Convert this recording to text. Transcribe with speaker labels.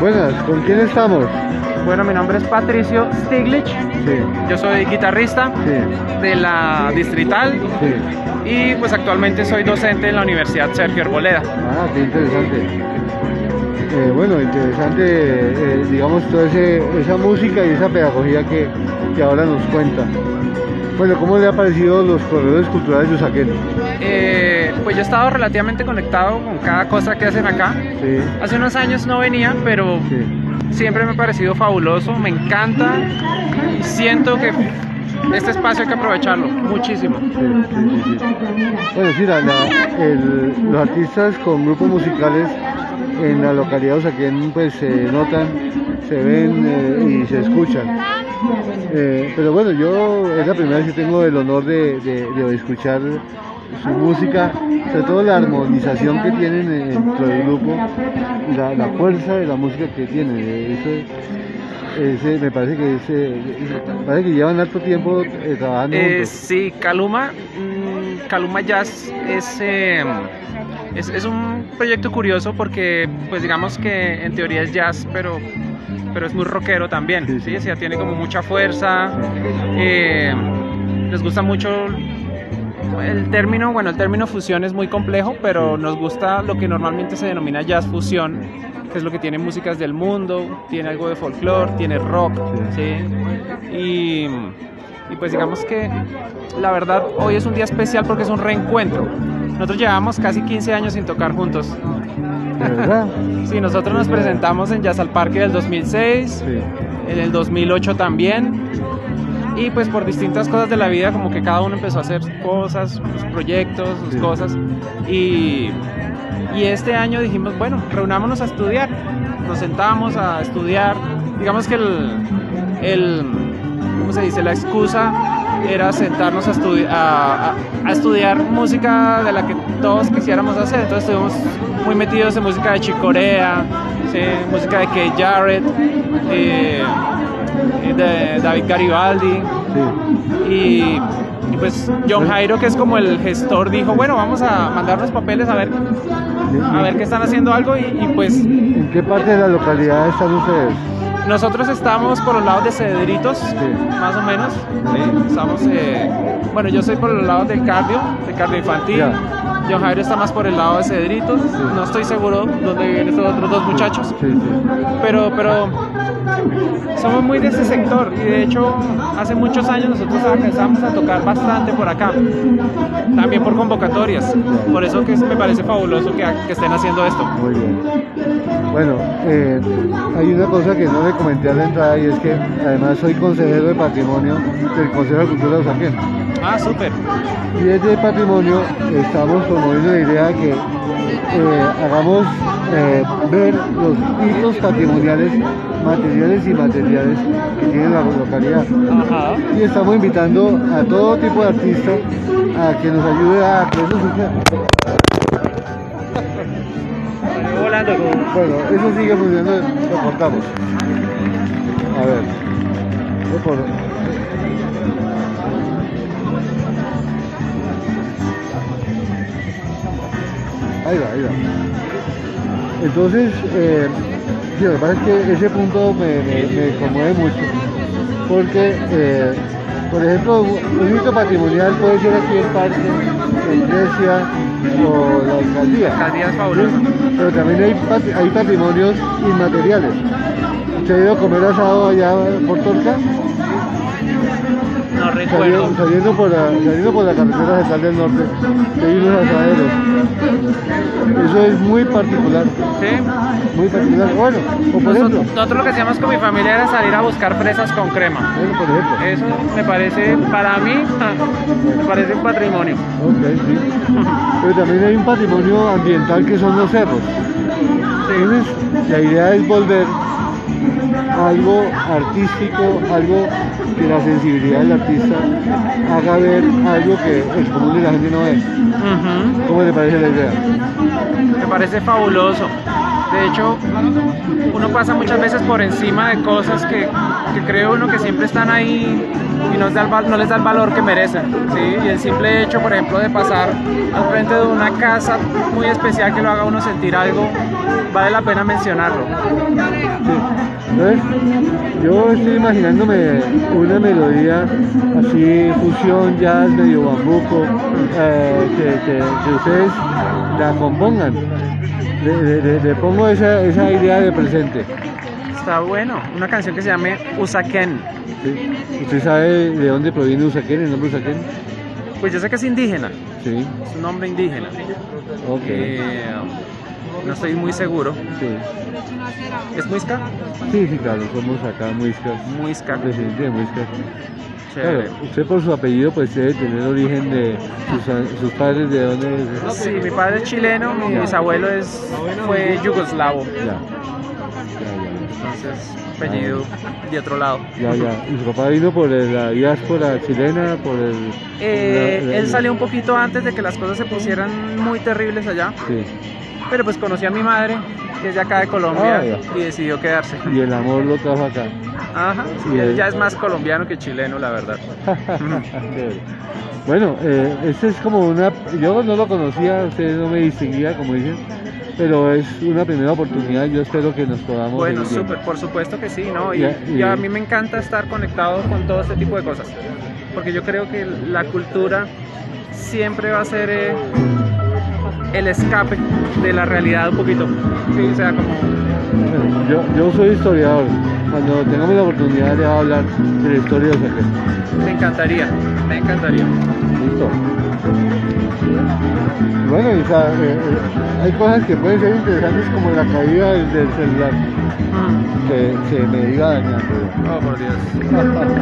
Speaker 1: Buenas, ¿con quién estamos?
Speaker 2: Bueno, mi nombre es Patricio Stiglich.
Speaker 1: Sí,
Speaker 2: Yo soy guitarrista
Speaker 1: sí,
Speaker 2: de la Distrital
Speaker 1: sí.
Speaker 2: y pues actualmente soy docente en la Universidad Sergio Arboleda.
Speaker 1: Ah, qué interesante. Eh, bueno, interesante, eh, digamos, toda ese- esa música y esa pedagogía que, que ahora nos cuenta. Bueno, ¿cómo le ha parecido los corredores culturales de Usaquén?
Speaker 2: Eh, pues yo he estado relativamente conectado con cada cosa que hacen acá.
Speaker 1: Sí,
Speaker 2: Hace unos años no venía, pero
Speaker 1: sí,
Speaker 2: siempre me ha parecido fabuloso, me encanta y siento que este espacio hay que aprovecharlo muchísimo.
Speaker 1: sí, sí, sí, sí. Bueno, sí, la- la- el- los artistas con grupos musicales en la localidad de Usaquén pues se notan, se ven eh, y se escuchan. Eh, pero bueno, yo es la primera vez que tengo el honor de, de- de escuchar su música, sobre todo la armonización que tienen dentro del grupo, la, la fuerza de la música que tienen. eh, Eso es- es, eh, me parece que es, eh, es- parece que llevan harto tiempo eh, trabajando
Speaker 2: Eh,
Speaker 1: juntos.
Speaker 2: sí, Caluma, mm, Caluma Jazz es, eh, es, es un proyecto curioso porque, pues digamos que en teoría es jazz, pero, pero es muy rockero también,
Speaker 1: Sí,
Speaker 2: ¿sí?
Speaker 1: sí.
Speaker 2: O sea, tiene como mucha fuerza, eh, les gusta mucho... El término, bueno, el término fusión es muy complejo, pero nos gusta lo que normalmente se denomina jazz fusión, que es lo que tiene músicas del mundo, tiene algo de folclore, tiene rock, ¿sí? Y, y pues digamos que la verdad hoy es un día especial porque es un reencuentro. Nosotros llevamos casi 15 años sin tocar juntos.
Speaker 1: ¿De verdad?
Speaker 2: Sí, nosotros nos presentamos en Jazz al Parque del 2006,
Speaker 1: Sí.
Speaker 2: en el 2008 también. Y pues por distintas cosas de la vida, como que cada uno empezó a hacer cosas, sus proyectos, sus
Speaker 1: Sí.
Speaker 2: cosas. Y, y este año dijimos, bueno, reunámonos a estudiar. Nos sentamos a estudiar. Digamos que el, el- ¿cómo se dice? La excusa era sentarnos a, estudi- a- a- a estudiar música de la que todos quisiéramos hacer. Entonces estuvimos muy metidos en música de Chicorea, ¿sí? música de Kate Jarrett. eh, eh, de David Garibaldi
Speaker 1: Sí.
Speaker 2: y, y pues John Jairo que es como el gestor dijo bueno vamos a mandar los papeles a ver a ver que están haciendo algo y, y, pues
Speaker 1: ¿En qué parte de la localidad están ustedes?
Speaker 2: nosotros estamos por los lados de Cedritos más o menos ¿sí? estamos eh, bueno yo soy por los lados del cardio de cardio infantil
Speaker 1: Ya.
Speaker 2: John Jairo está más por el lado de Cedritos no estoy seguro dónde viven estos otros dos muchachos
Speaker 1: Sí, sí.
Speaker 2: pero, pero somos muy de ese sector y de hecho hace muchos años nosotros alcanzamos a tocar bastante por acá, también por convocatorias, por eso que me parece fabuloso que, que estén haciendo esto.
Speaker 1: Muy bien. Bueno, eh, hay una cosa que no le comenté a la entrada y es que además soy consejero de patrimonio del Consejo de Cultura de Usaquén.
Speaker 2: Ah, súper.
Speaker 1: Y desde patrimonio estamos promoviendo la idea de que eh, hagamos eh, ver los hitos patrimoniales, materiales y materiales que tiene la localidad.
Speaker 2: Ajá.
Speaker 1: Y estamos invitando a todo tipo de artistas a que nos ayude a que eso suceda.
Speaker 2: Volando.
Speaker 1: Bueno, eso sigue funcionando, lo cortamos. A ver. Lo por- Ahí va, ahí va. Entonces, eh, sí, lo que pasa es que ese punto me, me- me conmueve mucho. Porque, eh, por ejemplo, un hito patrimonial puede ser aquí en Parque, en Grecia o la alcaldía.
Speaker 2: Alcaldía es fabulosa.
Speaker 1: Pero también hay, pat- hay patrimonios inmateriales. ¿Se ha ido a comer asado allá por Torca?
Speaker 2: No
Speaker 1: Saliendo, saliendo por la, saliendo por la carretera central del norte, que hay unos asaderos. Eso es muy particular,
Speaker 2: Sí.
Speaker 1: muy particular. Bueno, o por ejemplo,
Speaker 2: Nosotros, nosotros lo que hacíamos con mi familia era salir a buscar presas con crema.
Speaker 1: bueno, por ejemplo,
Speaker 2: Eso me parece, para mí, me parece un patrimonio.
Speaker 1: ok, sí. Pero también hay un patrimonio ambiental que son los cerros. Entonces, la idea es volver a algo artístico, algo que la sensibilidad del artista haga ver algo que el común de la gente no ve.
Speaker 2: Ujú.
Speaker 1: ¿Cómo le parece la idea?
Speaker 2: Me parece fabuloso. De hecho, uno pasa muchas veces por encima de cosas que, que cree uno que siempre están ahí y no, les da el val- no les da el valor que merecen. ¿sí? Y el simple hecho, por ejemplo, de pasar al frente de una casa muy especial que lo haga uno sentir algo vale la pena mencionarlo.
Speaker 1: Entonces, yo estoy imaginándome una melodía así, fusión, jazz, medio bambuco, eh, que, que- que ustedes la compongan. Le, le- le- le pongo esa, esa idea de presente.
Speaker 2: Está bueno. Una canción que se llame Usaquén.
Speaker 1: ¿sí? ¿Usted sabe de dónde proviene Usaquén, el nombre Usaquén?
Speaker 2: Pues yo sé que es indígena,
Speaker 1: Sí,
Speaker 2: es un nombre indígena.
Speaker 1: ok.
Speaker 2: Eh, no estoy muy seguro.
Speaker 1: Sí,
Speaker 2: ¿Es muisca?
Speaker 1: sí, sí, claro, somos acá muiscas.
Speaker 2: Muisca.
Speaker 1: Descendiente de muiscas. Claro,
Speaker 2: Chévere.
Speaker 1: usted por su apellido pues debe tener origen de sus, an- sus padres de dónde es?
Speaker 2: Sí, mi padre es chileno, mi bisabuelo es, fue yugoslavo.
Speaker 1: Ya. Ya,
Speaker 2: Entonces, apellido de otro lado.
Speaker 1: ya, ya, ya. ¿Y su papá vino por el- la diáspora chilena, por el...
Speaker 2: Eh,
Speaker 1: la- la-
Speaker 2: él salió un poquito antes de que las cosas se pusieran muy terribles allá,
Speaker 1: Sí.
Speaker 2: pero pues conocí a mi madre, que es de acá de Colombia,
Speaker 1: Ah, ya.
Speaker 2: y decidió quedarse.
Speaker 1: Y el amor lo trajo acá.
Speaker 2: Ajá, sí,
Speaker 1: Y
Speaker 2: él
Speaker 1: él-
Speaker 2: ya es más colombiano que chileno, la verdad.
Speaker 1: Chévere. bueno, eh, este es como una... Yo no lo conocía, usted no me distinguía, como dicen, pero es una primera oportunidad. Yo espero que nos podamos...
Speaker 2: Bueno,
Speaker 1: seguir viendo.
Speaker 2: súper, por supuesto que sí, ¿no? Y,
Speaker 1: Ya, y-
Speaker 2: y a mí me encanta estar conectado con todo este tipo de cosas, porque yo creo que la cultura siempre va a ser eh, el escape de la realidad un poquito. Sí, o sea, como...
Speaker 1: Bueno, Yo, yo soy historiador. Cuando tengamos la oportunidad de hablar de la historia de Oaxaca.
Speaker 2: Me encantaría, me encantaría.
Speaker 1: Listo. Bueno, y, o sea, eh, eh, hay cosas que pueden ser interesantes como la caída del, del celular
Speaker 2: Mm.
Speaker 1: que se me iba dañando.
Speaker 2: Oh, por Dios.